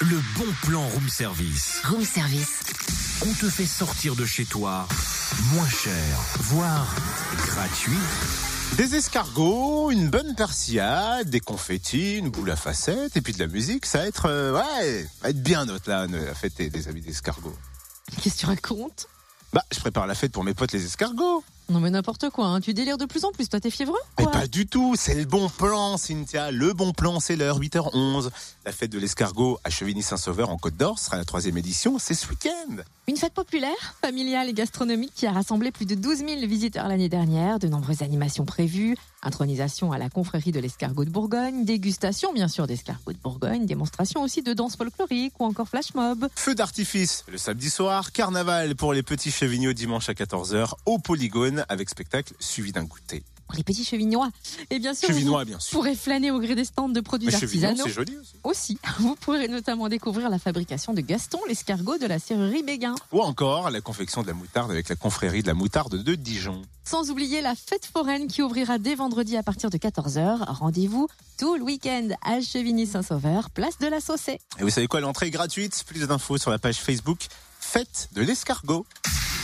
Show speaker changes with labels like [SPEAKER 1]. [SPEAKER 1] Le bon plan room service.
[SPEAKER 2] Room service.
[SPEAKER 1] On te fait sortir de chez toi moins cher, voire gratuit.
[SPEAKER 3] Des escargots, une bonne persillade, des confettis, une boule à facettes et puis de la musique, ça va être euh, ouais, ça va être bien notre là, la fête des, des amis d'escargots.
[SPEAKER 2] Qu'est-ce que tu racontes
[SPEAKER 3] Bah, je prépare la fête pour mes potes les escargots.
[SPEAKER 2] Non mais n'importe quoi, hein. tu délires de plus en plus, toi t'es fiévreux
[SPEAKER 3] Mais
[SPEAKER 2] quoi
[SPEAKER 3] pas du tout, c'est le bon plan, Cynthia. Le bon plan, c'est l'heure, 8h11. La fête de l'escargot à Chevigny-Saint-Sauveur en Côte d'Or sera la troisième édition, c'est ce week-end.
[SPEAKER 2] Une fête populaire, familiale et gastronomique qui a rassemblé plus de 12 000 visiteurs l'année dernière, de nombreuses animations prévues, intronisation à la confrérie de l'escargot de Bourgogne, dégustation bien sûr d'escargot de Bourgogne, démonstration aussi de danse folklorique ou encore flash mob.
[SPEAKER 3] Feu d'artifice le samedi soir, carnaval pour les petits chevignaux dimanche à 14h au Polygone avec spectacle suivi d'un goûter.
[SPEAKER 2] Pour les petits chevignois. Et bien sûr,
[SPEAKER 3] Chevinois, bien
[SPEAKER 2] vous
[SPEAKER 3] sûr.
[SPEAKER 2] pourrez flâner au gré des stands de produits
[SPEAKER 3] Mais chevignon,
[SPEAKER 2] artisanaux.
[SPEAKER 3] c'est joli aussi.
[SPEAKER 2] Aussi, vous pourrez notamment découvrir la fabrication de Gaston, l'escargot de la serrurerie Béguin.
[SPEAKER 3] Ou encore la confection de la moutarde avec la confrérie de la moutarde de Dijon.
[SPEAKER 2] Sans oublier la fête foraine qui ouvrira dès vendredi à partir de 14h. Rendez-vous tout le week-end à Chevigny-Saint-Sauveur, place de la Saucée.
[SPEAKER 3] Et vous savez quoi, l'entrée est gratuite. Plus d'infos sur la page Facebook Fête de l'escargot.